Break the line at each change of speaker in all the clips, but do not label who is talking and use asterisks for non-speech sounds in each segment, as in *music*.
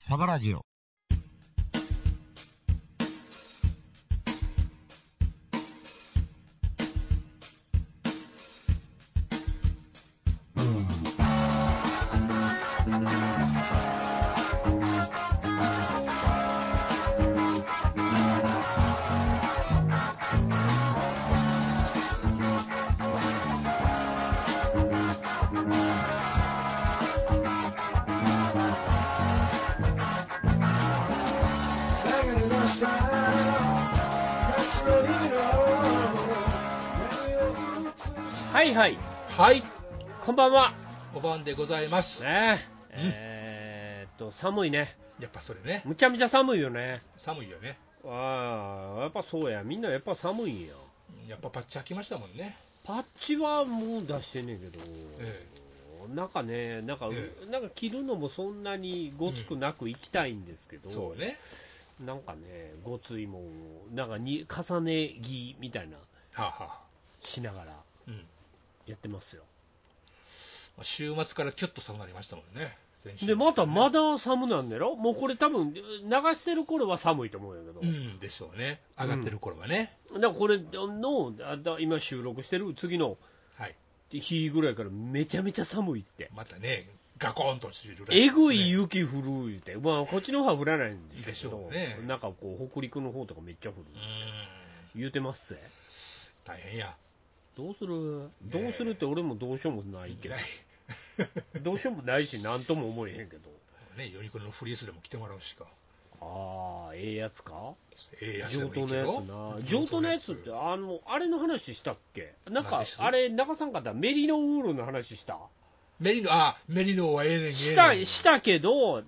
サバラジオ。
はいはい、
はい、
こんばんは。
お晩でございます。
ねえ、
うん
えーっと、寒いね。
やっぱそれね、
むちゃむちゃ寒いよね。
寒いよね。
ああ、やっぱそうや。みんなやっぱ寒いんや。
やっぱパッチ開きましたもんね。
パッチはもう出してんねんけど、
え
なんかね、なんか、
え
なんか着るのもそんなにごつくなく行きたいんですけど、
そうね。
なんかね、ごついもんを、なんかに重ね着みたいな
はあ、はあ、
しながら
うん。
やってますよ。
まあ週末からキュッと寒くなりましたもんね。先週
で、またまだ寒なんだろもうこれ多分、流してる頃は寒いと思うんやけど。
うんでしょうね。上がってる頃はね。
だからこれのあだ今収録してる次の
はい。
日ぐらいからめちゃめちゃ寒いって、
またね、ガコーンと落ちるらし
え
ですね
ぐい雪降る言って、まあ、こっちの方は降らないんでしょうけど、
でしょうね
なんかこう北陸の方とかめっちゃ降る
うーん。
言うてますぜ
大変や。
どうするどうするって俺もどうしようもないけど
ね、
どうしようもないし何とも思えへんけど
ね、ユニクロのフリースでも着てもらうしか。
ああええやつか
ええやつで
上
もいい
等
け
なやつ
ど
な上等なやつってあのあれの話したっけなん
何
か
です
あれ中さん方メリノウールの話した
メリノ、あ、メリノはええねんええねん。
したしたけど、
う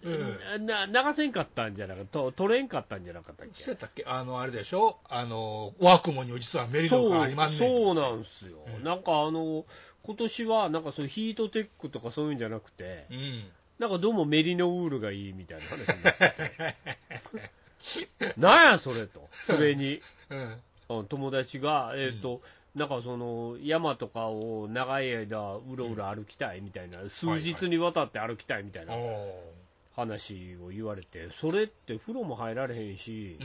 な流せんかったんじゃなかった、と取れんかったんじゃなかったっ
して
け、
たっけあの、あれでしょあの、ワークモンにも実はメリノがありまんねん。
そうなんですよ、
うん
なんかあの今年はなんかそうヒートテックとかそういうんじゃなくて、
うん。
なんかどうもメリノウールがいいみたいな話にな
*laughs*
っててなんやそれと、それに
うん。
うん友達が、えーとなんかその山とかを長い間、うろうろ歩きたいみたいな、数日にわたって歩きたいみたいな。
おお
話を言われて、それって風呂も入られへんし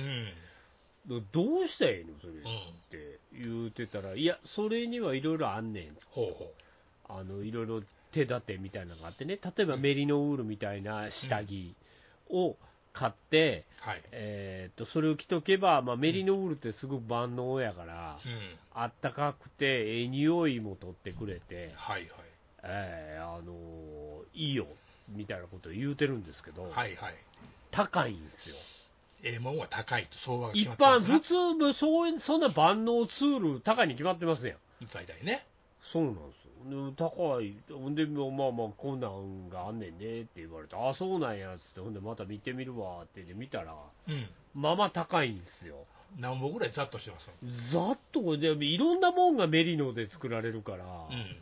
ー。う、ん。
どうしたらいいの、それっ
うん。
て言うてたら、いや、それにはいろいろあんねん、
ほうほ
あのいろいろ手立てみたいなのがあってね、例えばメリノウールみたいな下着を買って、
う。はい。
えーっとそれを着とけば、まあ、メリノウールってすごく万能やから、
うん。
あったかくて、ええ匂いも取ってくれて、
はい
えーあのいいよみたいなことを言うてるんですけど、
はい。はいはい。
高いんですよ。
ええもんは高いと相場が
一
決まってま
般、
す
普通もそういう、そんな万能ツール、高いに決まってますやん。
大体ね。
そうなんですよ。で高い。ほんで、まあまあ、こんなんがあんねんねって言われて、ああ、そうなんやっつって、ほんで、また見てみるわって言って見たら、
うん。
まあまあ高いんですよ。
何本ぐらいざっとしてます
ざっと、でいろんなもんがメリノで作られるから、わ
う、ん。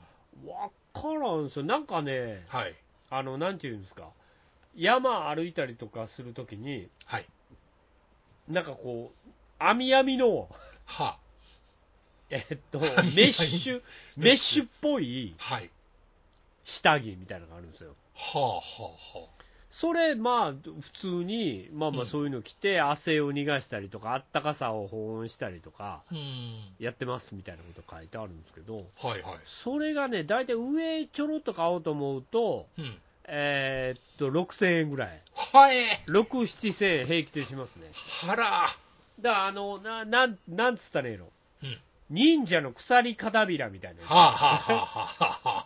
からんすよ。なんかね、
はい。
あの、なんていうんですか、山歩いたりとかするときに、
はい。
なんかこう、網網の、
は。
えっ
*laughs*
と、メッシュ、メッシュっぽい
はい。
下着みたいなのがあるんですよ。
はあはあは
それ、まあ、普通に、まあま
う
あ
ん
そういうの着て、汗を逃がしたりとか、あったかさを保温したりとか、
あ。うん。
やってますみたいなこと書いてあるんですけど、
はいはい。
それがね、大体上ちょろっと買おうと思うと、
うん。
えーっと、6000円ぐらい。
はえ
6、7000円平気でしますね。
はら
だから、あの、な、なん、なんつったらいいの
うん。
忍者の鎖片びらみたいなやつ。
はあはあはあはあは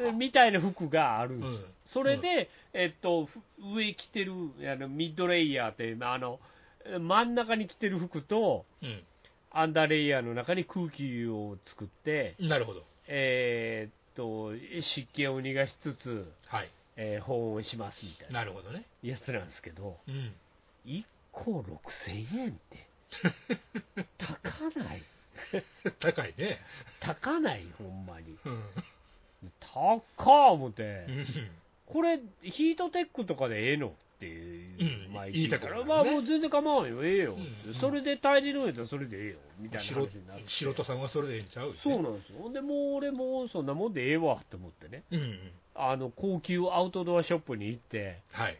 あはあ。
みたいな服があるんです、
うん
それで、えっと、ふ上着てるあのミッドレイヤーって、まああの真ん中に着てる服と、
う
アンダーレイヤーの中に空気を作って、
ん。なるほど。
えーっと湿気を逃がしつつ、
はい。
えー保温しますみたいな
なるほどね。
やつなんですけど、
うん。
1個6000円って、高ない、
*laughs* 高いね。
高ない、ほんまに、
うん。
高ー思て。
うん *laughs*
これ、ヒートテックとかでええのっていう、
うん
まあ
言いた
か
くなる
ら、
ね
まあもう全然構わんよ、ええよ、
うん
それで耐えれるんやったらそれでええよ、みたいな話
素人
になって、
素人さんはそれでええんちゃう
そうなんですよ、ほんでもう俺もうそんなもんでええわと思ってね、
うんうん。
あの高級アウトドアショップに行って、
はい。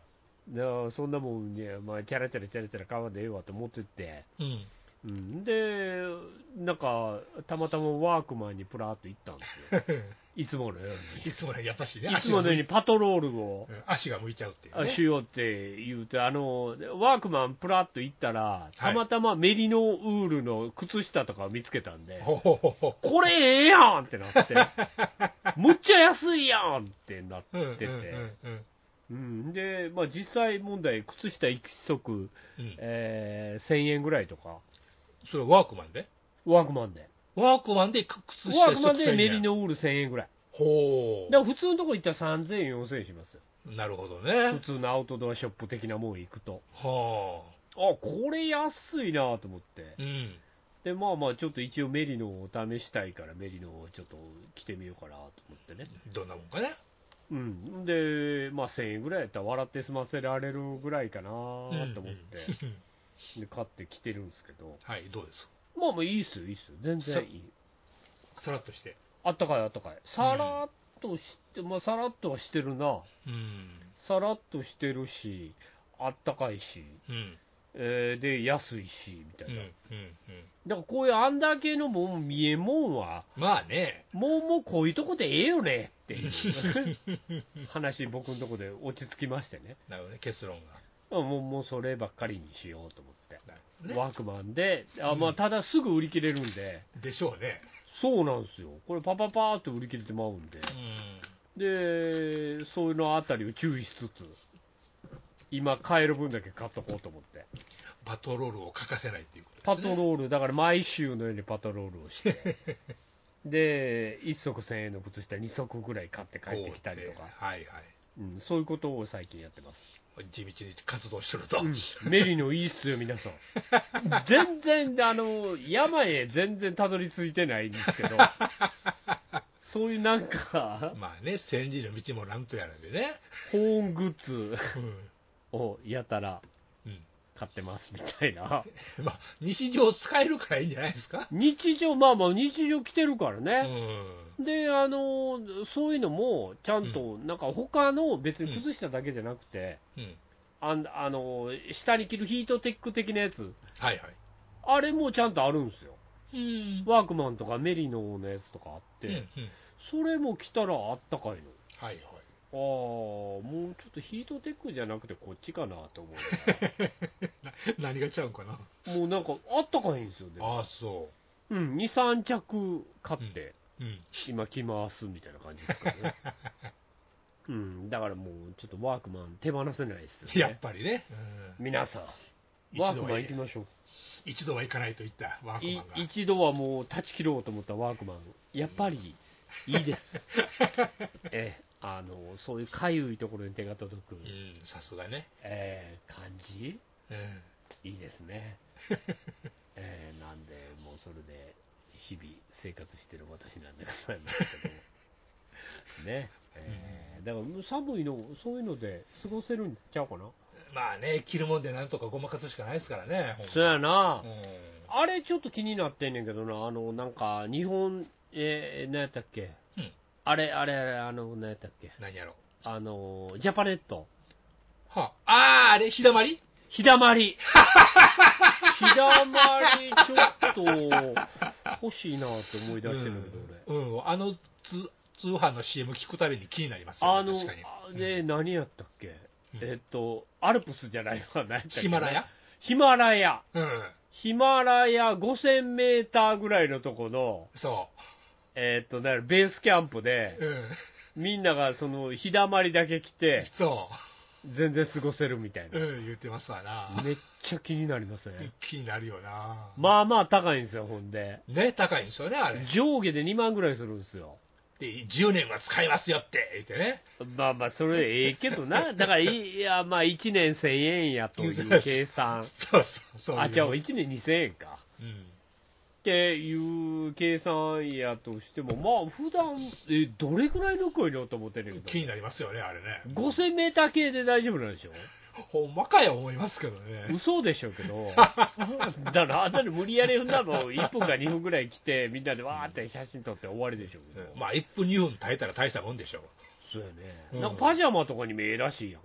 なあそんなもんね、まあ、チャラチャラチャラチャラ買わんでええわと思ってて、
うん。
うん、で、なんか、たまたまワークマンにプラーっと行ったんです
*laughs*
よ、いつものよう
いつもね、やっぱしね、
に。いつ
足
も
が
の
向
よう
い
にパトロールを
うん足が向いちゃうっていう、
あ
ね。
しようって言うて、あの、ワークマンプラーっと行ったら、たまたまメリノウールの靴下とかを見つけたんで、
ほほほほ。
これええやんってな
*laughs*
って、むっちゃ安いやんってなっ
うんうん
てて、
うんうん
うん、で、まあ、実際問題、靴下一足、
うん
えー1000円ぐらいとか、
それワークマンで
ワークマンで、
ワークマンで靴下
ワークマンでメリ
の。
ノウール1000円ぐらい、
ほ
だから普通のとこ行ったら3000円、4000円しますよ、
う。なるほど
普
ね。
通のアウトドアショップ的なもん行くと、
は
あこれ安いなと思って
あ。、うん。
で、まあまあ、ちょっと一応メリノを試したいから、メリノをちょっと着てみようかなと思ってね、
どんなもんかね。
うん、で、まあ1000円ぐらいやったら、笑って済ませられるぐらいかなと思って、
うんうん
*laughs* で買って着てるんですけど。
はい、どうです
まあまあいいっすよ、いいっすよ、全然いい。
さらっとして。
あったかい、あったかい。さらっとして、まあさらっとはしてるな。
うん。
さらっとしてるし、あったかいし、
うん。
えーで、安いし、みた
う
い
ん。う
な。
ん。うん。
だからこういうアンダー系のもん、見えもんは、
まあね。
もうもうこういうとこでええよねっていう話、僕のとこで落ち着きましてね。
なるほどね、結論が。
あもう、もうそればっかりにしようと思って。
なるほどね
ワークマンで、あまあ、ただすぐ売り切れるんで、
でしょうね。
そうなんですよ。これパパパーっと売り切れてまうんで。
うん。
で、そういうのあたりを注意しつつ、今、買える分だけ買っとこうと思って、
パトロールを欠かせないっていうこと
パ
で
ト
すね。
ロール、だから毎週のようにパトロールをして、で、1足1000円の靴下2足ぐらい買って帰ってきたりと
こう
か
っ、てはいはい。
うん、そういうことを最近やってます。
地道に活動してると。
メリのいいっすよ、
*laughs*
皆さん。全然、あの、山へ全然たどり着いてないんですけど、そういうなんか、
まあね、千里の道もなんとやらでね。
保温グッズ
う
をやたら
ん。うん
買ってますみたいな。
まあ、日常使えるからいいんじゃないですか。
日常、まあまあ、日常来てるから
う
ね、
ん。
であのそういうのも、ちゃんと、なんか他の別に靴下だけじゃなくて、
うん。
あんあの下に着るヒートテック的なやつ、
はいはい。
あれもちゃんとあるんですよ、
うん。
ワークマンとかメリノのやつとかあって、
うん。
それも着たらあったかいの。
はいはい。
ああ、もうちょっとヒートテックじゃなくてこっちかなと思
何がちゃうんかな。
う。
*laughs*
もうなんかあったかいんですよ、でも。
ああ、そ
うん、2、3着買って、
う。うん。
今着ますみたいな感じですからね。うん、だからもうちょっとワークマン手放せないですよ
*laughs* やっ
ね。
ぱりね。
皆さん、
一度は
ワークマン行きましょう。
一度は行かないといったワーク
い
マンが。
一度はもう断ち切ろうと思ったワークマン、やっぱりいい *laughs* です。ええあのそういうかゆいところに手が届く、
うん、さすがね。
ええ感じ、
うん。
いいですね。ええなんで、もうそれで日々生活してる私なんでございますけども、ね、ええだからもう寒いの、そういうので過ごせるんちゃうかな。
まあね、着るもんでなんとかごまかすしかないですからね。ほんま
そうやな
う、ん。
あれちょっと気になってんねんけどな、あのなんか日本、えー、何やったっけ、
うん
あれ、あれ、あれ、あの、何やったっけ、
何やろう。
あのジャパネット、
はあ、あーあれ、日だまり
日だま
*laughs*
り。日だまり、ちょっと欲しいなって思い出してるけど、俺。
うん、うんあの通通販の CM 聞くたびに気になりますよ、ね、
あの、
確かに。
あね、何やったっけ、
うん
えっと、アルプスじゃないのは何やったっけ
ヒマラヤ
ヒマラヤ。
うん、
ヒマラヤ5000メーターぐらいのとこの、
そ
えっと、なんやろベースキャンプで、
う。うん、 *laughs*
みんながその、日だまりだけ来て、
そ。
全然過ごせるみたいうな。
うん、言ってますわな。
めっちゃ気になりますね。
気になるよな。
まあまあ高いんですよ、ほんで。
ね、高いんですよね、あれ。
上下で2万ぐらいするんですよ。
で、10年は使いますよって言ってね。
まあまあ、それええけどな。だからい、いや、まあ1年1000円やという計算。
そうそう、そういう。
あ、じゃあ1年2000円か。
うん。
っていう計算やとしても、まあ、普段えどれぐらいの声量と思ってるけ
気
ど、
になりますよね、あれね。
5000メーター系で大丈夫なんでしょ、
ほんまかよ、思いますけどね。
嘘でしょうけ
*laughs*
ど、だからあんなに無理やり、ほんならもう1分か2分ぐらい来て、みんなでわーって写真撮って終わりでしょうけど、
まあ、1分、2分耐えたら大したもんでしょう。
そうやね、
うん
なんかパジャマとかにもええらしいやん、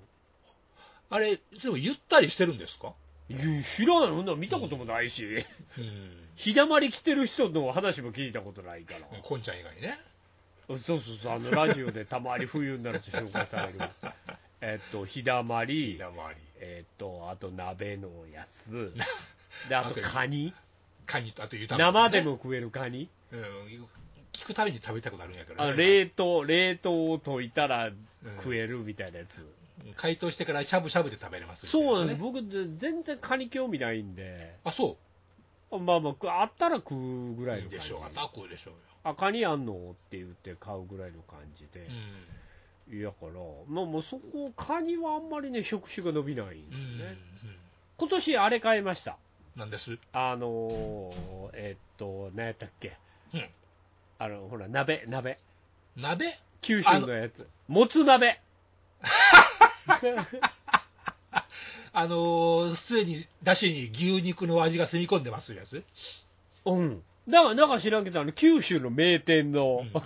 あれ、でもゆったりしてるんですか、
いや知らんよ、そんなの見たこともないし、
うん、
日だまり来てる人の話も聞いたことないから、
こんちゃん以外ね。
そうそうそう、あのラジオでたまに冬になると紹介さ
*laughs*
れる、えっと、日だまり、
枝回り。
えっと、あと鍋のやつ、であとカニ、
カニと、あとゆた
生でも
も、
食えるカニ、
うん。聞くたびに食べたくなるんやけど、
あ冷凍、冷凍を溶いたら食
え、
えるみたいなやつ、
うん解凍してからしゃぶしゃぶで食べれますみたい
そうなん
や
で
つ
す、僕、全然カニ興味ないんで、
あ、そ
まあまあ、あったら食うぐ
う。
らい
いい
の
で
感
し
じ
ょう。アタックでしょうよ。
あ、カニあんのって言って買うぐらいの感じで
う、
いやから、まあ、もうそこ、カニはあんまりね、触手が伸びないんで
ん。う
す
ん。
よ
う
ね
ん。
今年あれ買いました。
なんです
あのー、えっと、何やったっけ、
うん
あの、ほら、鍋、鍋、
鍋
九州のやつ、もつ鍋、
あのー、すでに、だしに牛肉の味が染み込んでますやつ。
*laughs* うん、だから、なんか知らんけど、あの九州の名店
うんう
の
んうんうん。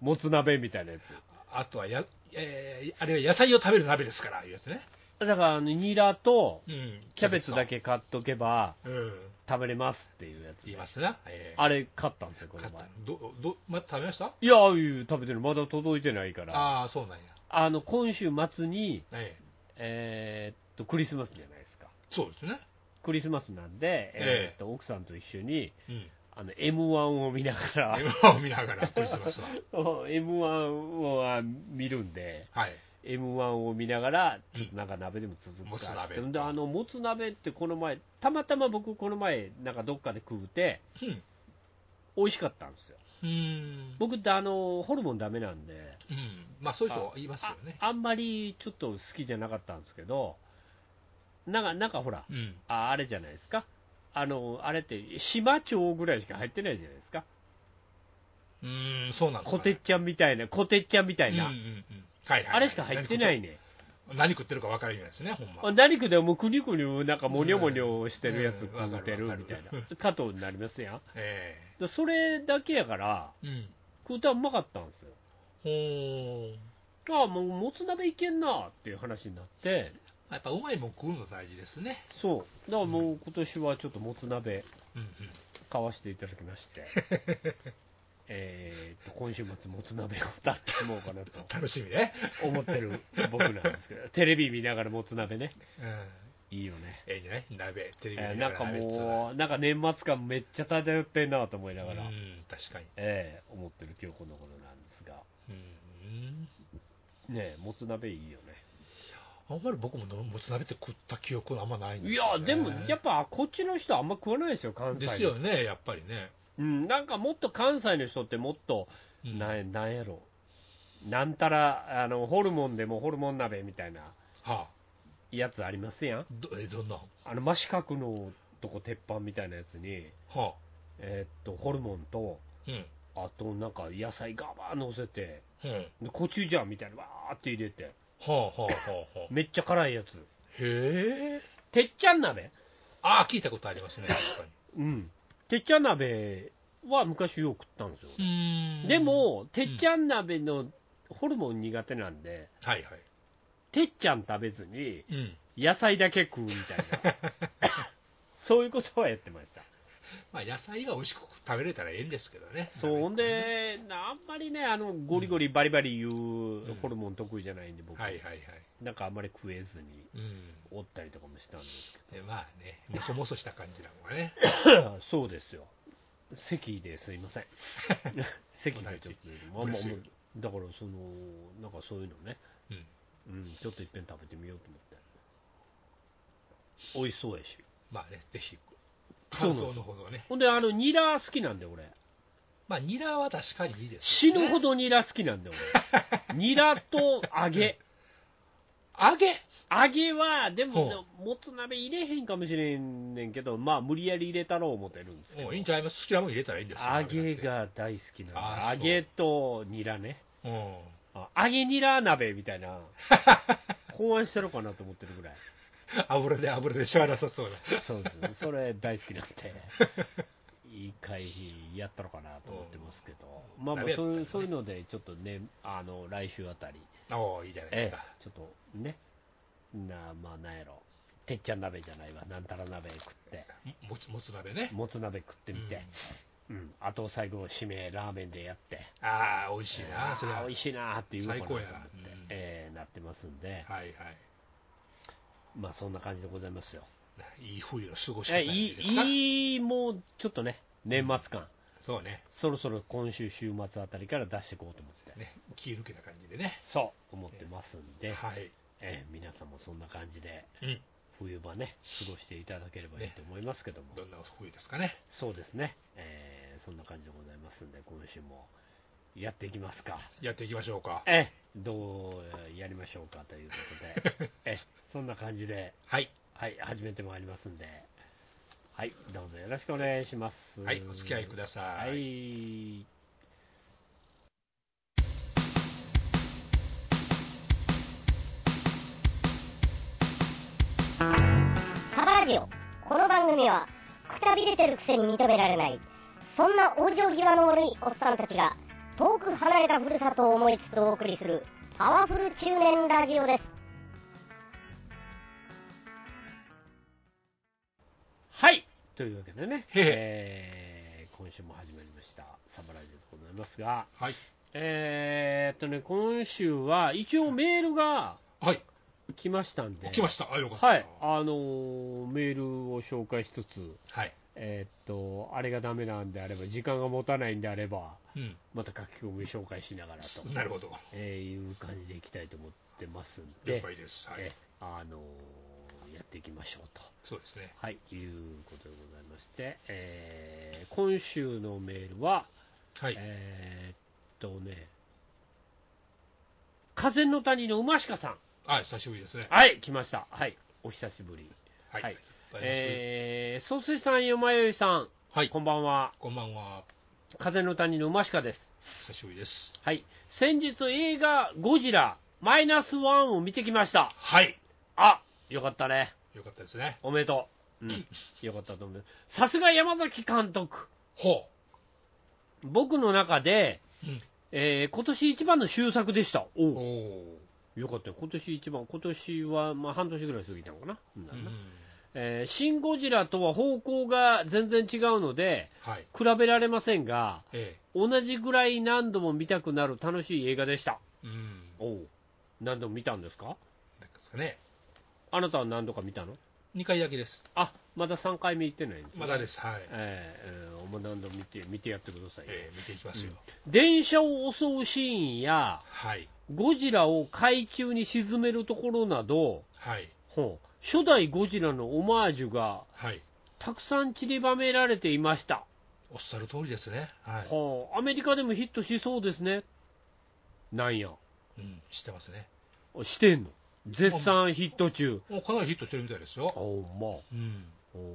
もつ鍋みたいなやつ、
あとはや、えーあれは野菜を食べる鍋ですから、いうやつね。
だからあの、ニラと
うん。
キャベツだ。け買っとけば
うん。
食べれますっていうやつ
言い
で、
ますな。えー
あれ買ったんですよ、こ
買
の
った
前。
ど、ど、また食べました
いや、ああいう食べてる、まだ届いてないから、あ
ああ、そうなんや。
の今週末に、
え
え
え
ーっと、クリスマスじゃないですか、
そうですね。
クリスマスなんで、
ええ
えーっと奥さんと一緒に、
うん。
あの m 1を見ながら、
今を見ながらクリスマスは。
*laughs* m 1は見るんで、
はい。
m 1を見ながら、
うん
ちょっとなんか鍋でも続くからっつって、
もつ鍋
であのもつ鍋って、この前、たまたま僕、この前、なんかどっかで食うて、
うん。
美味しかったんですよ、
うん。
僕ってあのホルモンダメなんで、
うん。まあ、そういう人言いますよね。
ああんまりちょっと好きじゃなかったんですけど、なんかなんかほら、
うん。
ああれじゃないですか。あの、あれって、島町ぐらいしか入ってないじゃないですか。
うん、そうなんです
コテッちゃんみたいな、コテッちゃんみたいな。
うんうんうん。はいはいはい。
あれしか入ってないね。
何食ってるか分からんようですね、ほんま。
あ何区でもくにくになんかもにょもにょしてるやつ
うんうん
食うてる
わか
み
るわ
た
か
い
る
な。加藤になりますやん。
え
でそれだけやから、
えうん。
食うたらうまかったんですよ。
ほー
ああ、もうもつ鍋いけんなっていう話になって、
やっぱうまいもん食うの大事ですね。
そう。だからもう今年はちょっともつ鍋
うんうん。
買わせていただきまして、
*laughs*
えーっと、今週末もつ鍋を食べてもうかなと。
楽しみね。
思ってる僕なんですけ
*laughs*
ど、テレビ見ながらもつ鍋ね、
うん。え
いいよね。
えじゃない鍋、テレビ
えー
見
な
なんが
から
鍋っつうのは
もう、なんか年末感めっちゃ漂ってんなと思いながら、
うん、確かに。
えー思ってる今日このことなんですが、
うん。
ねえもつ鍋いいよ
あんまり僕ものもつ鍋って食った記憶あんまないん
ね。い
ですよ
や、
ね
でもやっぱこっちの人あんま食わないですよ、関西
で
の
すよね、やっぱりね。
うん、なんかもっと関西の人ってもっと、
うん
な
は
んなんやろ、なんたらあのホルモンでもホルモン鍋みたいな
あ、
やつありますやん。
どえどんなんは
あの真四角のとこ鉄板みたいなやつに、
あ。
えーっと、ホルモンと、
うん。
あとなんか野菜ガバー乗せて、
うん。
でコチュジャンみたいなのわーって入れて、
はあはあはあはあ。
めっちゃ辛いやつ。
へえ。
てっちゃん鍋
ああ、聞いたことありますね、確か
うん。てっちゃん鍋は昔よく食ったんです *laughs* よ。
に。うん。
で、も、てっちゃん鍋のホルモン苦手なんで、
はいはい。
てっちゃん食べずに
うん。
野菜だけ食うみたいな。
*laughs*
そういうことはやってました。
まあ、野菜が美味しく食べれたらええんですけどね。
そう、ほんで、あんまりね、あの、ゴリゴリバリバリ言うホルモン得意じゃないんで、僕、
はいはいはい。
なんかあんまり食えずに
うん。
おったりとかもしたんですけ
で、まあね、もそもそした感じだ
*laughs*
もんね。
ど、そうですよ、席ですいま
*laughs*
せん、席がちょっとね、まあまあ
ブレスユー
だからその、なんかそういうのね、
うん。
うん、ちょっといっぺん食べてみようと思って、美味しそうやし、
まあね、ぜひ、
そう
感
なんですよ
想のほどね。
ほんで、あのニラ好きなんで、俺、
まあ、ニラは確かにいいです
死
よね。
ぬほどニラ好きなんで、
*laughs*
俺、ニラと揚げ、
揚げ
揚げは、で
ほう
も、もつ鍋入れへんかもしれんねんけど、まあ、無理やり入れたろう思ってるんですけ
も
ど
ういいん。ちゃいます好きなもん入れたらいいんですよ。
揚げ
鍋なんて。
が大好きなん
あ
だ
ー
揚
そう
げとニラね
うん。
あ揚げニラ鍋みたい *laughs* な考案してるかなと思ってるぐらい
油で油でしゃあなさそうだ。
そうですねそれ大好きなん *laughs* でいい回やったのかなと思ってますけど、まあまあ
鍋やった
そ
ら
う
ね
いうそういうのでちょっとねあの来週あたり、
おおいいじゃないで
え
すか。
えちょっとねなまあなんやろてっちゃん鍋じゃないわなんたら鍋食って
ももつもつ鍋ね。
もつ鍋食ってみて、うんあと最後締めラーメンでやって
うんああ、美味しいな、それは。
あー美味しいなーっていうのかなと思って
最高やなうん
えーなってますんで、
はい
まあそんな感じでございますよ
はい。いい冬の過ごし方
え
じゃないですか。
いいいもうちょっとね年末感、
そうね。
そろそろ今週週末あたりから出していこうと思って、
ね、気抜けた感じでね。
そう思ってますんで、
はい。
えー皆さんもそんな感じで
うん。
冬場ね過ごしていただければいいと思いますけども、
どんな冬ですかね。
そうですね、えーそんな感じでございますんで今週もやっていきますか
やっていきましょうか。
えどうやりましょうかということ
*laughs*
でえそんな感じで
はい。
はい始めてまいりますんではいどうぞよろしくお願いします
はい。お付き合いくださ。
はいい
サバラジオこの番組はくたびれてるくせに認められないそんな往生際の悪いおっさんたちが遠く離れたふるさとを思いつつお送りするパワフル中年ラジオです
はいというわけでね、
へへ
えー今週も始まりましたサバラジオでございますが
はい。
えーっとね今週は一応メールが
はい。
来ましたんで
来ました。あ、よかった。
はい、あのーメールを紹介しつつ、
はい。
えーっと、あれがダメなんであれば、時間が持たないんであれば、
うん。
また書き込み紹介しながらと、
なるほど。
えーいう感じでいきたいと思ってますん
了
で、
解です。は
え
い。
あのーやっていきましょうと、
そうですね。
はい、いうことでございまして、えー今週のメールは、
はい。
えーっとね、風の谷の馬鹿さん、
あ、久しぶりですね。
はい、来ました、はい、お久しぶり。
はい。
は
はいい
えー、総帥さん、よまよいさん、
はい。
こんばんは。
こんばんは。
風の谷の馬鹿です。
久しぶりです。
はい。先日映画ゴジラマイナスワンを見てきました。
はい。
あ、よかったね。
よかったですね。
おめでとう。うん。よかったと思います。さすが山崎監督。
ほ
僕の中で、
う。うん。
えー今年一番の終作でした。お
お
う
お。
よかったよ。今年一番。今年は、まあ、半年ぐらい過ぎたのかな。うん
うん。
えーシン・ゴジラとは方向が全然違うので、
はい。
比べられませんが、
え
同じぐらい何度も見たくなる楽しい映画でした。
え。うん。
おう何度も見たんですか
なんですかね。
あなたは何度か見たの
二回だけです。
あまだ3回目行ってないんです
まだです。はい。
ええええもう何度も見て見てやってくださいよ、
ええ、見ていきますよ。
電車を襲うシーンや
はい。
ゴジラを海中に沈めるところなど
はい。
ほう初代ゴジラのオマージュが
はい。
たくさん散りばめられていました、
おっしゃる通りですね。はい。
ほうアメリカでもヒットしそうですねなんや
うん、知ってますね。
してんの絶賛ヒット中
もうかなりヒットしてるみたいです
あ
よ。
ほんま
うん。
おー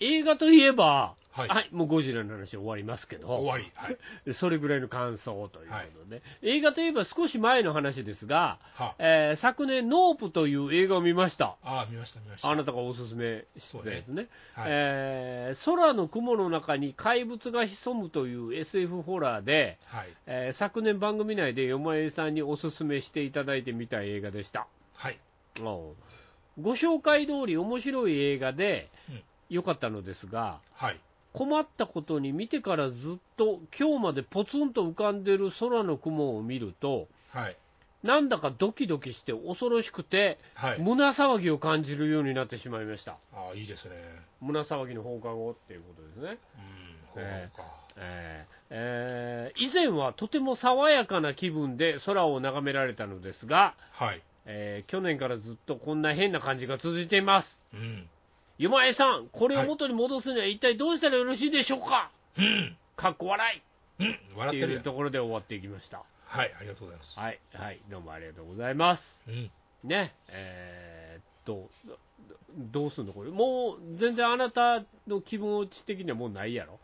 映画といえば、は、
はいい
もうゴジラの話終わりますけど、
終わり。はい。
それぐらいの感想ということで、映画といえば少し前の話ですが、
*laughs* は
えー昨年、ノープという映画を見ました、
ああ、見ました、見ました。
あなたがおすすめしてたやつね、
はい。
えー空の雲の中に怪物が潜むという SF ホラーで、
はい。
えー昨年、番組内でよまえさんにおすすめしていただいてみた映画でした。
はい。
おうご紹介通り面白い映画で
うん
良かったのですが、
はい。
困ったことに見てからずっと今日までポツンと浮かんでる空の雲を見ると
はい。
なんだかドキドキして恐ろしくて
はい。
胸騒ぎを感じるようになってしまいました
ああ、いいですね。
胸騒ぎの放課後っていうことですね、
うん、
え
そうか。
えーえー以前はとても爽やかな気分で空を眺められたのですが、
はい。
えー去年からずっとこんな変な感じが続いています
うん。
ゆまえさん、これを元に戻すには一体どうしたらよろしいでしょうか、
うん。
かっこ笑
うん。
いっ
笑
て
って
い
る
う
やん
ところで終わっていきました。
はい。ありがとうございます。
はい、はい、どうもありがとうございます。
うん。
ね、えーっと、どどうすんのこれ、もう全然あなたの気持ち的にはもうないやろ。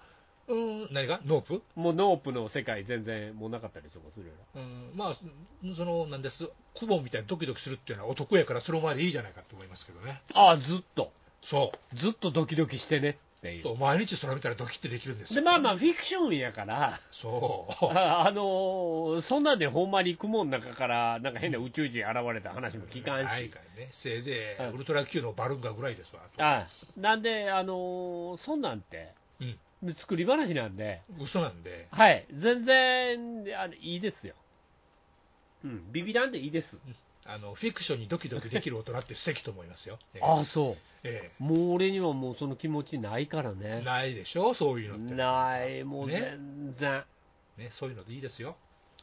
うん、何がノープ
もうノープの世界全然もうなかったりとかするや
うん、まあ、そその、なんです、雲みたいにドキドキするっていうのはお得やから、そのままでいいじゃないかと思いますけどね。
ろ。ああ、ずっと、
そ
ずっとドキドキしてね。
う。
っていう。
そう毎日それ見たらドキッてできるんですよ。
で、まあまあ、フィクションやから、
そう。
ああのーそんなんでほんまに雲の中から、なんか変な宇宙人現れた話も聞かんし。
ないからね、せいぜ
はい
いウルトラ Q のバルンガぐらいですわ、あと
あなんで、あのーそんなんて、
うん、
作り話なんで、
嘘なんで、
はい、全然あのいいですよ。うん、ビビらんでいいです。
あのフィクションにドキドキできる大人って素敵と思い *laughs* ますよ。ええ
あそ
え
う。もう俺にはもうその気持ちないから
え
ね。
ないでしょ、そういうのって。
ない、もう
ね
全然。
ね、そういうのでいいですよ。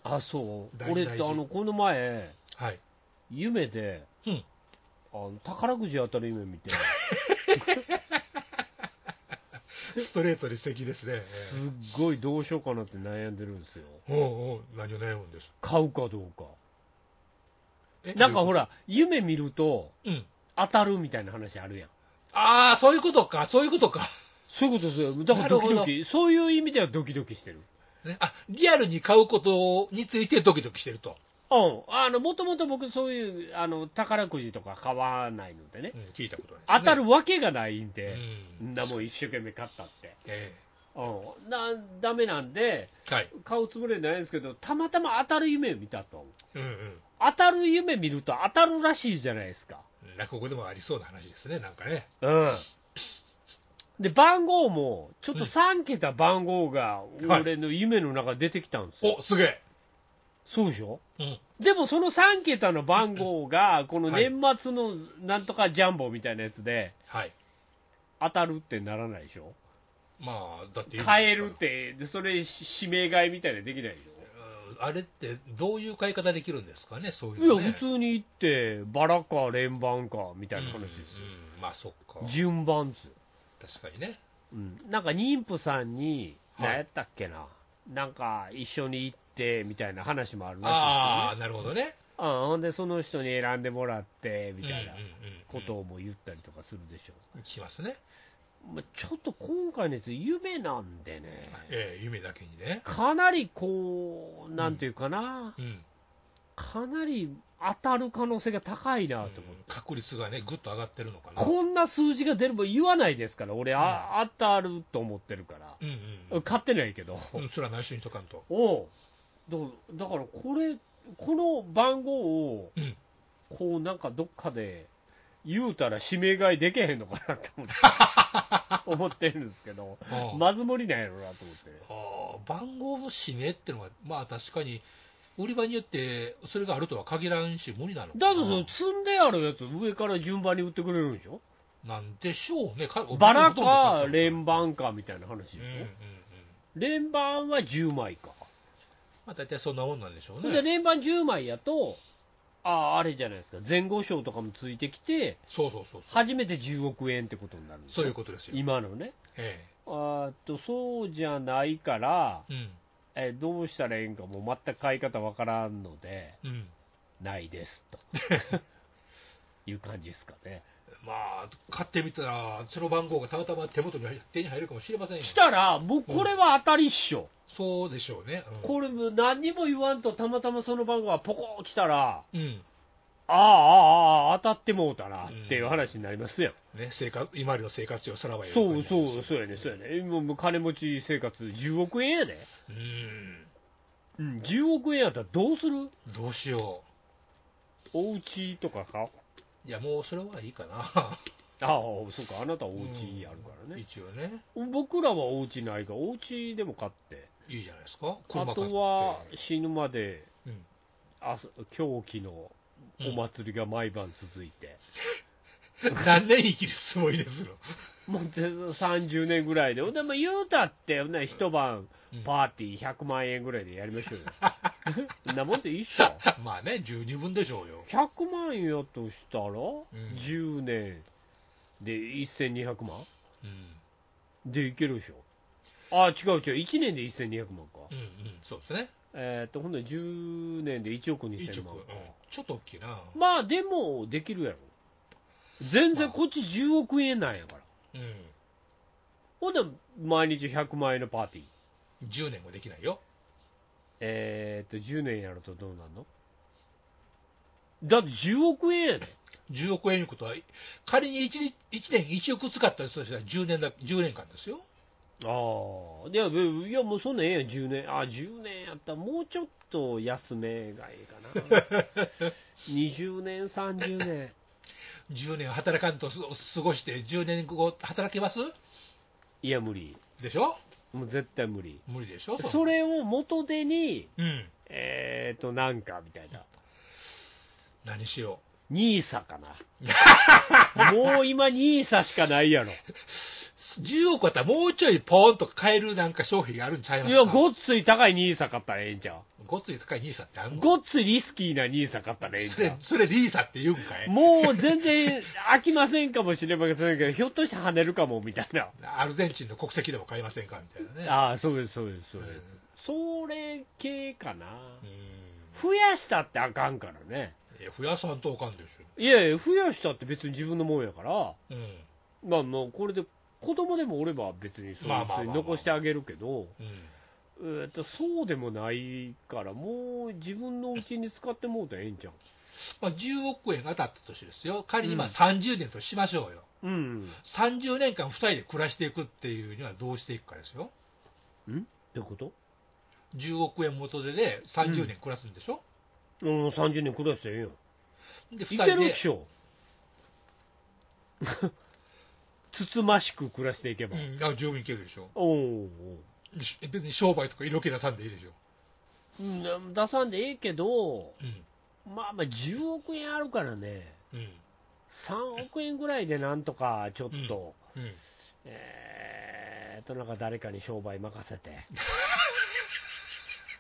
あ、そう。
大事
俺って
大
あ
事
の、この前、
はい。
夢で、
うん。
あの宝くじ当たる夢見 *laughs* て、
*laughs* ストレートで素敵ですね。ええ
すっごいどうしようかなって悩んでるんですよ。
おうおう、何を悩むんです。
買うかどうか。
え
なんかほ。ら、夢見ると
うん。
当たるみたいな話あるやん。
ああ、そういうことか、そういうことか。
そういうことですよ。だから
な
ド
る
キ
ほど
ドキ、そういう意味ではドキドキしてる。
ね、あリアルに買うことについてドキドキしてると、
うん、あのもともと僕、そういうあの宝くじとか買わないのでね
う、ん聞いたことないですね、
当たるわけがないんで、
うん
んなもん一生懸命買ったって、
え
うん、なダメなんで、
えはい。
買うつもりはないんですけど、たまたま当たる夢を見たと、
うんうん。
当たる夢見ると当たるらしいじゃないですか、
落語でもありそうな話ですね、なんかね。
うん、で番号も、ちょっと3桁番号が俺の夢の中で出てきたんですよ、
おすげえ。
そうでしょ
うん。
でもその3桁の番号が、この
はい
年末のなんとかジャンボみたいなやつで、
はい。
当たるってならないでしょ、
まあ、だって
買えるっ。て、でそれ、し指名買いみたいなのできないでし
うんあれって、どういう買い方できるんですかね、そうい
ょ、
う、
い
ね。
や、普通に行って、バラか連番かみたいな話ですよ、
うんうんまあ、そっか。
順番図、
確かにね。
うん、なんか妊婦さんに、
はい
何やったっけな、なんか一緒に行ってみたいな話もある
あ
らしい
あ、なるほどね。
ですよね、うん、ほんで、その人に選んでもらってみたいな
うんうんうん
ことをも言ったりとかするでしょ。
聞きますね。
まあ、ちょっと今回のやつ、夢なんでね、
ええ夢だけにね。
かなりこう、なんていうかな、
うん。
かなり当たる可能性が高いなと思って、
確率がね、ぐっと上がってるのかな。
こんな数字が出れば言わないですから、俺、あ当たると思ってるから、
うんうん
買ってないけど、
うん。うん、それは内緒にしとかんと。
おうだだからこれ、この番号を、
うん。
こうなんかどっかで言うたら、指名買いでけへんのかなと思 *laughs* って。思ってるんですけど、
ああ
まず無理なんやろなと思って、
あー番号の指名ってのは、まあ確かに、売り場によってそれがあるとは限らんし、無理なのか
だ
な
とその積んであるやつ、上から順番に売ってくれるんでしょ、
なんでしょうね、か
バラか
うん
連番かみたいな話でし
う
ょ、
んうんうん
連番は10枚か、
まあ、大体そんなもんなんでしょう
で
ね、
連番10枚やと、ああ、あれじゃないですか、前後賞とかもついてきて、
そうそうそうそう、
初めて10億円ってことになるんです
そういう
と
ことですよ、
今のね。
え
あーっとそうじゃないから、
え
えどうしたらええんか、もう全く買い方わからんので、
うんうん、
ないです *laughs* という感じですかね。
まあ、買ってみたら、その番号がたまたま手元に入手に入るかもしれませんよ、
したら、もうこれは当たりっしょ、
そうでしょうね、うん、
これ、何にも言わんと、たまたまその番号がポコー来たら、
うん
ああ、ああ、ああ当たってもうたなっていう話になりますよ、
ね、生活今までの生活費をさらばよ
そうそう、そうやね、そうやね、もうもう金持ち生活、10億円やで、
う
う
ん、
ん、10億円やったらどうする
どうしよ
お家とかか、
う、いや、もうそれはいいかな。
ああ、そうか、あなたはお家あるからね、
一応ね
僕らはお家ないから、お家でも買って、
いいじゃないですか
あ
車買って
とは死ぬまで
うん
あそ狂気のお祭りが毎晩続いて、
何年生きるつもりですよ、
もう全然30年ぐらいで、でも言うたって、ほんなら一晩
うん
パーティー100万円ぐらいでやりましょう
*laughs*
よ。そんなもんでいいっしょ。
まあね十二分でしょうよ
100万円やとしたら、
ん
10年で1200万
うん
でいけるでしょ。あ、違う違う、1年で1200万か。
うんうん、そうですね。
えーっと、ほんなら10年で1億
一
2000
億、
万
うん
か。
ちょっと大きいな。
まあでもできるやろ全然こっち10億円なんやから
うん。
ほんで毎日100万円のパーティー
10年もできないよ。
えー、っと10年やるとどうなんのだって10億円やで
10億円いうことは、仮に 1, 1年1億使ったりする人は10年だ10年間ですよ。
ああ、いや、べいやもうそんなんええやん、10年、あ10年やったら、もうちょっと安めがいいかな、20年、30年、
10年働かんとす過ごして、10年後、働けます
いや、無理、
でしょ
もう絶対無理、
無理でしょ
そ、れを元手に、
んなうん、
えっ、ー、と、なんかみたいな、
何しよ
ニーサか
*laughs*
な、もう今、ニーサしかないやろ、
う。10億あったらもうちょいポーンと買えるなんか商品があるんちゃいま
い
すか
や、ごっつい高いニーサ買ったらええんちゃう
ごっつい高い兄さんってあんの
ごっついリスキーなニーサ買ったらええん
そ
ちゃ
れ
う、
それリーサって言うんかい
もう全然飽きませんかもしれませんけど、ひょっとして跳ねるかもみたいな。
アルゼンチンの国籍でも買えませんかみたいなね。
ああ、そうです、そうです、そうです。それ系かな。
うん
増やしたってあかんからね。
いや増やさんとあかんでし
いやいや、増やしたって別に自分のもんやから、
ょ。うん。
まあもうこれで子供でもおれば別にそ
まあ
の
まあまあ
普通に残してあげるけど、
うん。
えーとそうでもないから、もう自分のうちに使ってもうたらええんじゃん。
まあ、10億円が当たったとしてですよ。仮にまあ
うん
30年としましょうよ。
うん。
30年間2人で暮らしていくっていうにはどうしていくかですよ。
んってこと
10億円元手で30年暮らすんでしょ、
うん、30年暮らしてええやん。
で、
い
2
け
人
るっ
で、
しょ。 *laughs* つつましく暮らしていけば。
うん、あ十分いけるでしょ。
おお
し別に商売とか色気出さんでいいでしょ。
うん出さんでええけど、
う
まあまあ10億円あるからね、
ん。うん。
3億円ぐらいでなんとかちょっと、
うん。
えーっと、なんか誰かに商売任せ *laughs* て、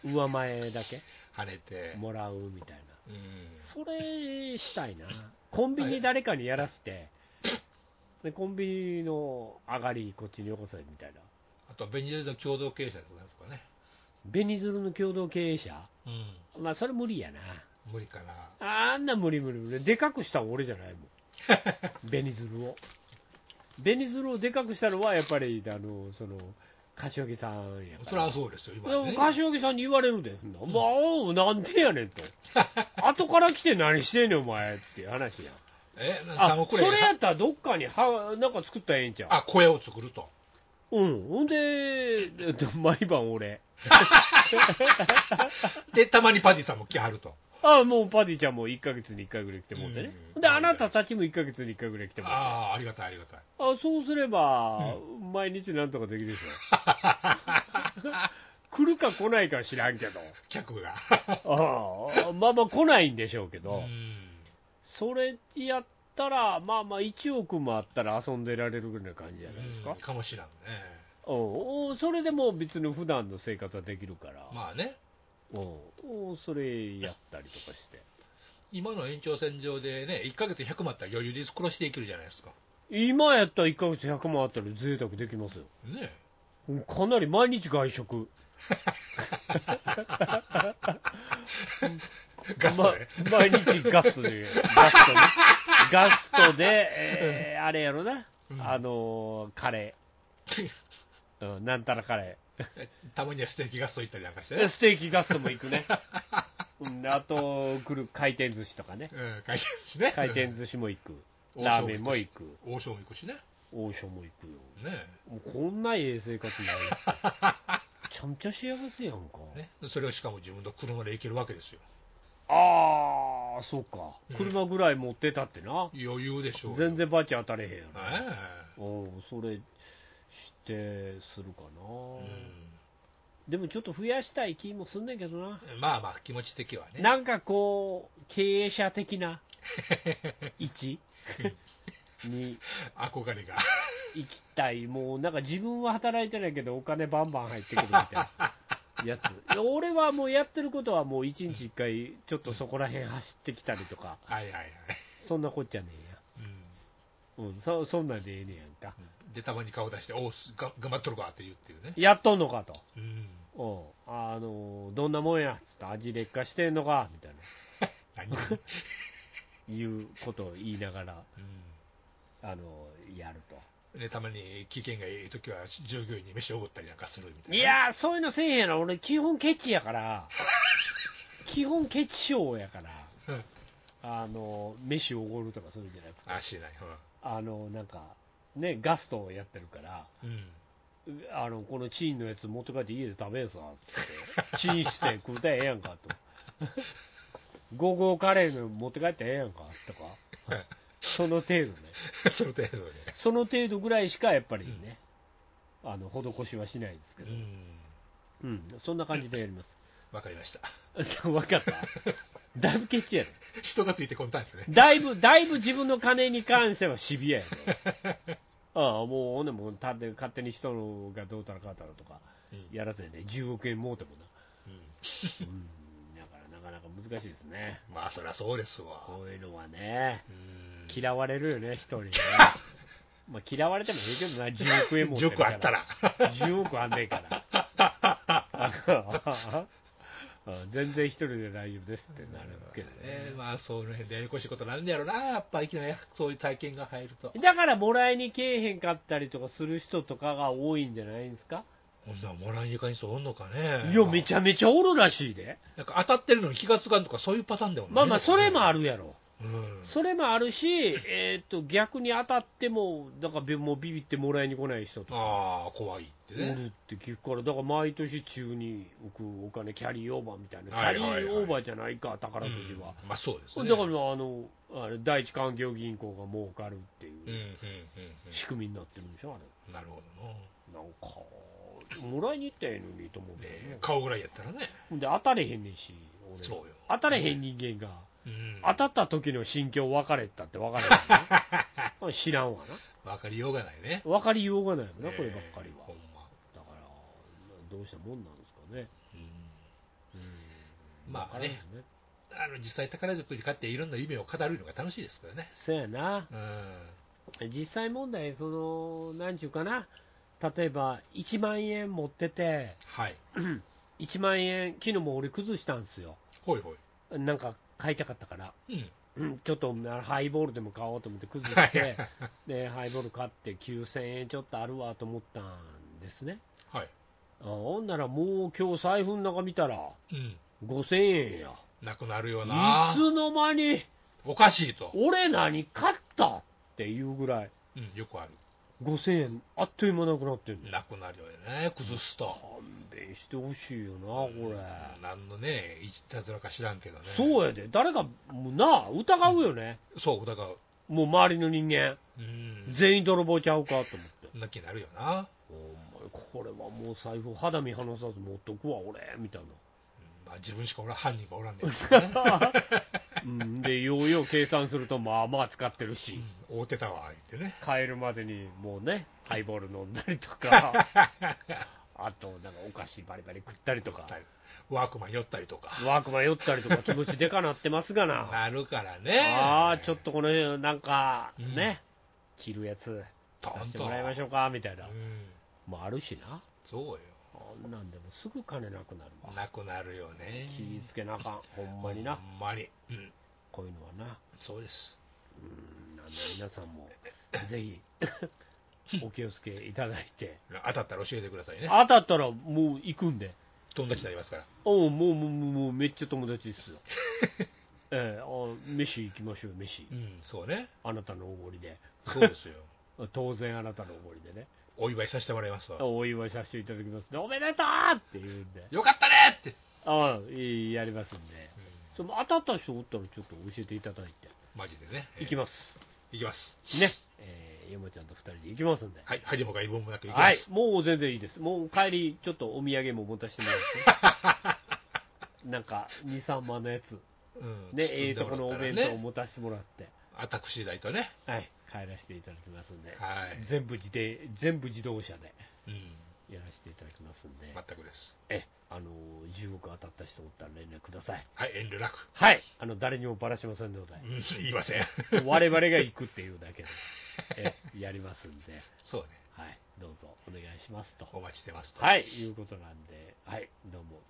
上前だけ
跳ねて。
もらうみたいな、
うん。
それしたいな、コンビニ誰かにやらせて、でコンビニの上がり、こっちによこせみたいな、
あとはベニゼルの共同経営者とかとかね。
紅鶴の共同経営者、
うん。
まあ、それ無理やな。
無理かな。
あんな無理無理無理。でかくしたの俺じゃないも *laughs* ん。ベニズルを。ベニズルをでかくしたのは、やっぱり、あの、その、柏木さんや
そ
か
れ
ら。
はそうですよ、
で
今、
も
ね。
柏木さんに言われるで、そんなまあ、おうなんでやねん *laughs* と。後から来て何してんねん、お前っていう話やん。
え、
あ
3、億
そ
円
れやったらどっかには、なんか作ったらええんちゃう。
あ、小屋を作ると。
うん。ほんで、 *laughs* えっと毎晩俺。
で、たまにパディさんも来はると。
ああ、もうパディちゃんも1ヶ月に1回ぐらい来てもうてね。
うん
で、あなたたちも1ヶ月に1回ぐらい来てもうて。
ああ、ありがたい、ありがたい。
あそうすれば、毎日なんとかできるでしょ。
*laughs*
来るか来ないかは知らんけど、
客が。
ああまあまあ来ないんでしょうけ
う
ど、
ん。
それやったら、まあまあ1億もあったら遊んでられるぐらいな感じじゃないです
う
か
ん。かもしらんね。
うんおそれでもう別に普段の生活はできるから、
まあね、
うんおそれやったりとかして。
今の延長線上でね、1ヶ月100万あったら余裕で殺していけるじゃないですか。
今やったら1ヶ月100万あったら贅沢できますよ。 *laughs*
ね
うんかなり毎日外食。
ガストね。
ま、毎日ガストで、ガストね、ガストで、えーあれやろな、
うん
あのーカレ *laughs* ー、うん、なんたらカレ
たまにはステーキガスト行ったりなんかして
ー、で
ね。
ステーキガストも行くね、うん、あと来る回転寿司とかね、
うん、回転寿司ね。
回転
うん
寿司も行く、
うん
ラーメンも行く、
王将も行くしね。
王将も行くよ、
ね
もうこんなええ生活ないですよ
*laughs*
めちゃめちゃ幸せやんか、
ね。それをしかも自分の車で行けるわけですよ。
ああ、そうか
うん、
車ぐらい持ってたってな、
余裕でしょうよ。
全然バチ当たれへんやろ。
え
うん、それしてするかな、
え
でもちょっと増やしたい気もすんねんけどな、
うんまあまあ、気持ち的はね。
なんかこう経営者的な
*laughs*
位置に
憧れが。 *laughs*
行きたいもうなんか自分は働いてないけどお金バンバン入ってくるみたいなやついや俺はもうやってることはもう1日1回ちょっとそこら辺走ってきたりとか
はいはいはい。
そんなこっちゃねえ
う
やうんそそんなんでええねやんか
ん。で、たまに顔出して、おう、すが頑張っとるかって言うっていうね。
やっとんのかと
うん。
うん、あのどんなもんやっつって味劣化してんのかみたいな *laughs*
何う
い
ん。
うことを言いながらあのやると
で、たまに期限がいい時は、従業員に飯をおごったりなんかするみたいな。
いやーそういうのせえへんやろ俺基本ケチやから基本ケチ症やから
うん。
あの飯おごるとかそういうんじゃなくて、
あ、しない。
あのなんか、ね、ガストをやってるから、
うん。うん。 *laughs*
あのこのチンのやつ持って帰って家で食べんさって、チンして食うたらええやんかと、ゴーゴーカレーの持って帰ってええやんかとか、その程度ね、
その程度で。
その程度ぐらいしかやっぱりね、あの施しはしないですけ
う
ど、
ん。
うん、そんな感じでやります。
わかりまし
*laughs*
た。
分かっただいぶケチやろ
人がついてこんタイプね。
だいぶ、だいぶ自分の金に関してはシビアやね
*laughs*
ああ、もう、ほんでもう、たって勝手に人のがどうたらかたらとか、
うん。
やらせね、10億円もうてもな。
うん
うん、だからなかなか難しいですね。
まあ、そりゃそうですわ。
こういうのはね、
うん。
嫌われるよね、人
*laughs*
にね。まあ嫌われてもいいけどな、10億円もうて
10
る
億
か
あった。ら。
10億あんねえから。全然一人で大丈夫ですってなるけどね。
*laughs* えーまあ、その辺でややこしいことなんねやろな、やっぱいきなりそういう体験が入ると。
だからもらいにけえへんかったりとかする人とかが多いんじゃないんですか、
こんなんもらいにかにそうおんのかね。
いや、めち
ゃ。
ゃめちゃおるらしいで、
なんか当たってるのに気がつかんとか、そういうパターンでもない
まあまあ、それもあ
る。
るやろ、
うん。
それもあるし、えー、と逆に当たっても、だからびもうビビってもらいに来ない人とか
ああ、怖いって
おる
ね。
って聞くから、だから毎年中に置くお金、キャリーオーバーみたいな、キ
は
ャ
い
リ
はいはい
ーオーバーじゃないか、宝くじは。
うんまあそうですね。
だからあのあれ第一勧業銀行が儲かるって
うんうん
いううん仕組みになってるんでしょ、あれ。
うん。なるほどな。
なんか、もらいに行ったらええのにと思うけど
ね
ね、
顔ぐらいやったらね。
ほんで当たれへんねんし、俺
そうよ。
当たれへん人間が、
うん。
当たった時の心境分かれたって分かれへ
*laughs*
ん、ね、知らんわな。
わかりようがないね。
分かりようがないもんな、
ね
こればっかりは
ほん。ま。
だから、どうしたもんなんですかね。
うん
うん
まあ
分
ね
からんよ
あの、実際宝くじ買っていろんな夢を語るのが楽しいですからね。
そやな。
うん。
実際問題、その、なんちゅうかな。例えば、1万円持ってて、
はい。
1万円、昨日も俺崩したんですよ。
ほいほい。
なんか買いたかったから。 *clears throat*
うん。
うんちょっとハイボールでも買おうと思って崩
は
し
いはい
て、でハイボール買って9000円ちょっとあるわと思ったんですね。
はい。
あほんならもう今日財布の中見たら
うん。
5000円や。。
なくなるよない
つの間に
おかしいと。
俺何買ったっていうぐらい
うん、よくある。
5000円あっという間なくなってる
なくなるよね。崩すと。
勘弁してほしいよな、これ。
何のね、いたずらか知らんけどね。
そうやで、誰か、もうなあ、疑うよね。
そう、だから、
もう周りの人間、
うん。
全員泥棒ちゃうかと思って。
なきになるよな。
お前これはもう財布肌身離さず持っとくわ俺みたい
うんまあ自分しかおらん、犯人がおらんねんけど
*laughs*
ね。
な、うん、でようよう計算するとまあまあ使ってるし
うん会うてたわ、言ってね。
帰るまでにもうねハイボール飲んだりと
*laughs*
かあとなんかお菓子バリバリ食ったりとか
ワークマン寄ったりとか。
ワークマン寄ったりとか気持ちでかなってますがな
なるからね。
ああちょっとこのなんか
うん
ね、着るやつ
とんと
させてもらいましょうかみたいな
うん。
もあるしな
そうよ。
あんなんでもすぐ金なくなるわ
なくなるよね。
気ぃつけなあかんほんまにな
ほんまに。うん。
こういうのはな、
そうです。
うん、なんで皆さんもぜひ
*laughs*
お気をつけいただいて、
当たったら教えてくださいね。
当たったらもう行くんで、
友達になりますから。
おうもうもうもうもうめっちゃ友達です
*laughs*
よ、ええあ飯行きましょうよ、飯
う、ん、そ
*laughs*
うね。
あなたのおごりで、
そうですよ。
当然あなたのおごりでね、
お祝いさせてもらいますわ。
お祝いさせていただきますで、おめでとうって言うんで、
よかったねって。
ああいいやりますんで、その当たった人おったらちょっと教えていただいて、
マジでね。。
行きますす、
行きます。
ね、ええ、山ちゃんと2人で行きますんで。
はい、恥もがいぼもなく行きま
はい
す。、
もう全然いいです。もう帰り、ちょっとお土産も持たせてもら
*laughs*
って。なんか、2、3万のやつ。
うん
ね、
包ん
ええ
で
とこの
も
お
らったら
弁
ね
当を持たせてもらって。
私代とね。
はい、帰らせていただきますんで。
はい。
全部自で、全部自動車で
うん。
やらせていただきますんで。
全くです。
え、あの、10億当たった人おったら連絡ください。
はい、遠慮なく。
はい、あの、誰にもばらしませんので
う。ん、言いません。 *laughs*
我々が行くっていうだけで。え、やりますんで。
そうね。
はい、どうぞお願いしますと。
お待ちしてますと。
はい、いうことなんで、はい、どうも、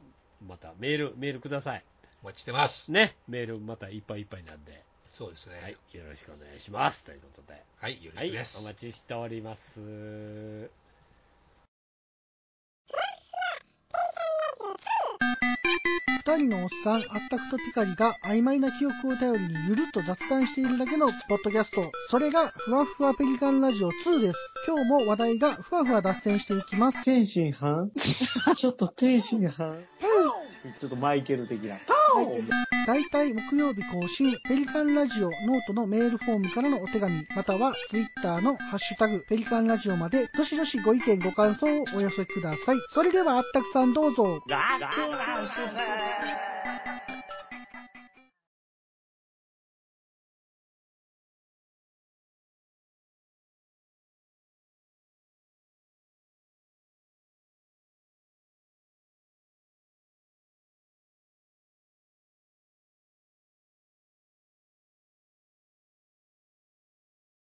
またメール、メールください。
お待ちしてます。
ね、メールまたいっぱいいっぱいなんで、
そうですね。
は
はいい、、
よろしくお願いします。ということで、
よろ
は
し
い、
く
お
です。
待ちしております。
ラジオ二人のおっさん、あったくとピカリが曖昧な記憶を頼りにゆるっと雑談しているだけのポッドキャスト。それが、ふわふわペリカンラジオ2です。今日も話題がふわふわ脱線していきます。
天津飯 *laughs* ちょっと天津飯ちょっとマイケル的
*laughs*
な。
大体木曜日更新、ペリカンラジオノートのメールフォームからのお手紙、またはツイッターのハッシュタグ、ペリカンラジオまで、どしどしご意見ご感想をお寄せください。それではあったくさんどうぞ。
ガクラシュ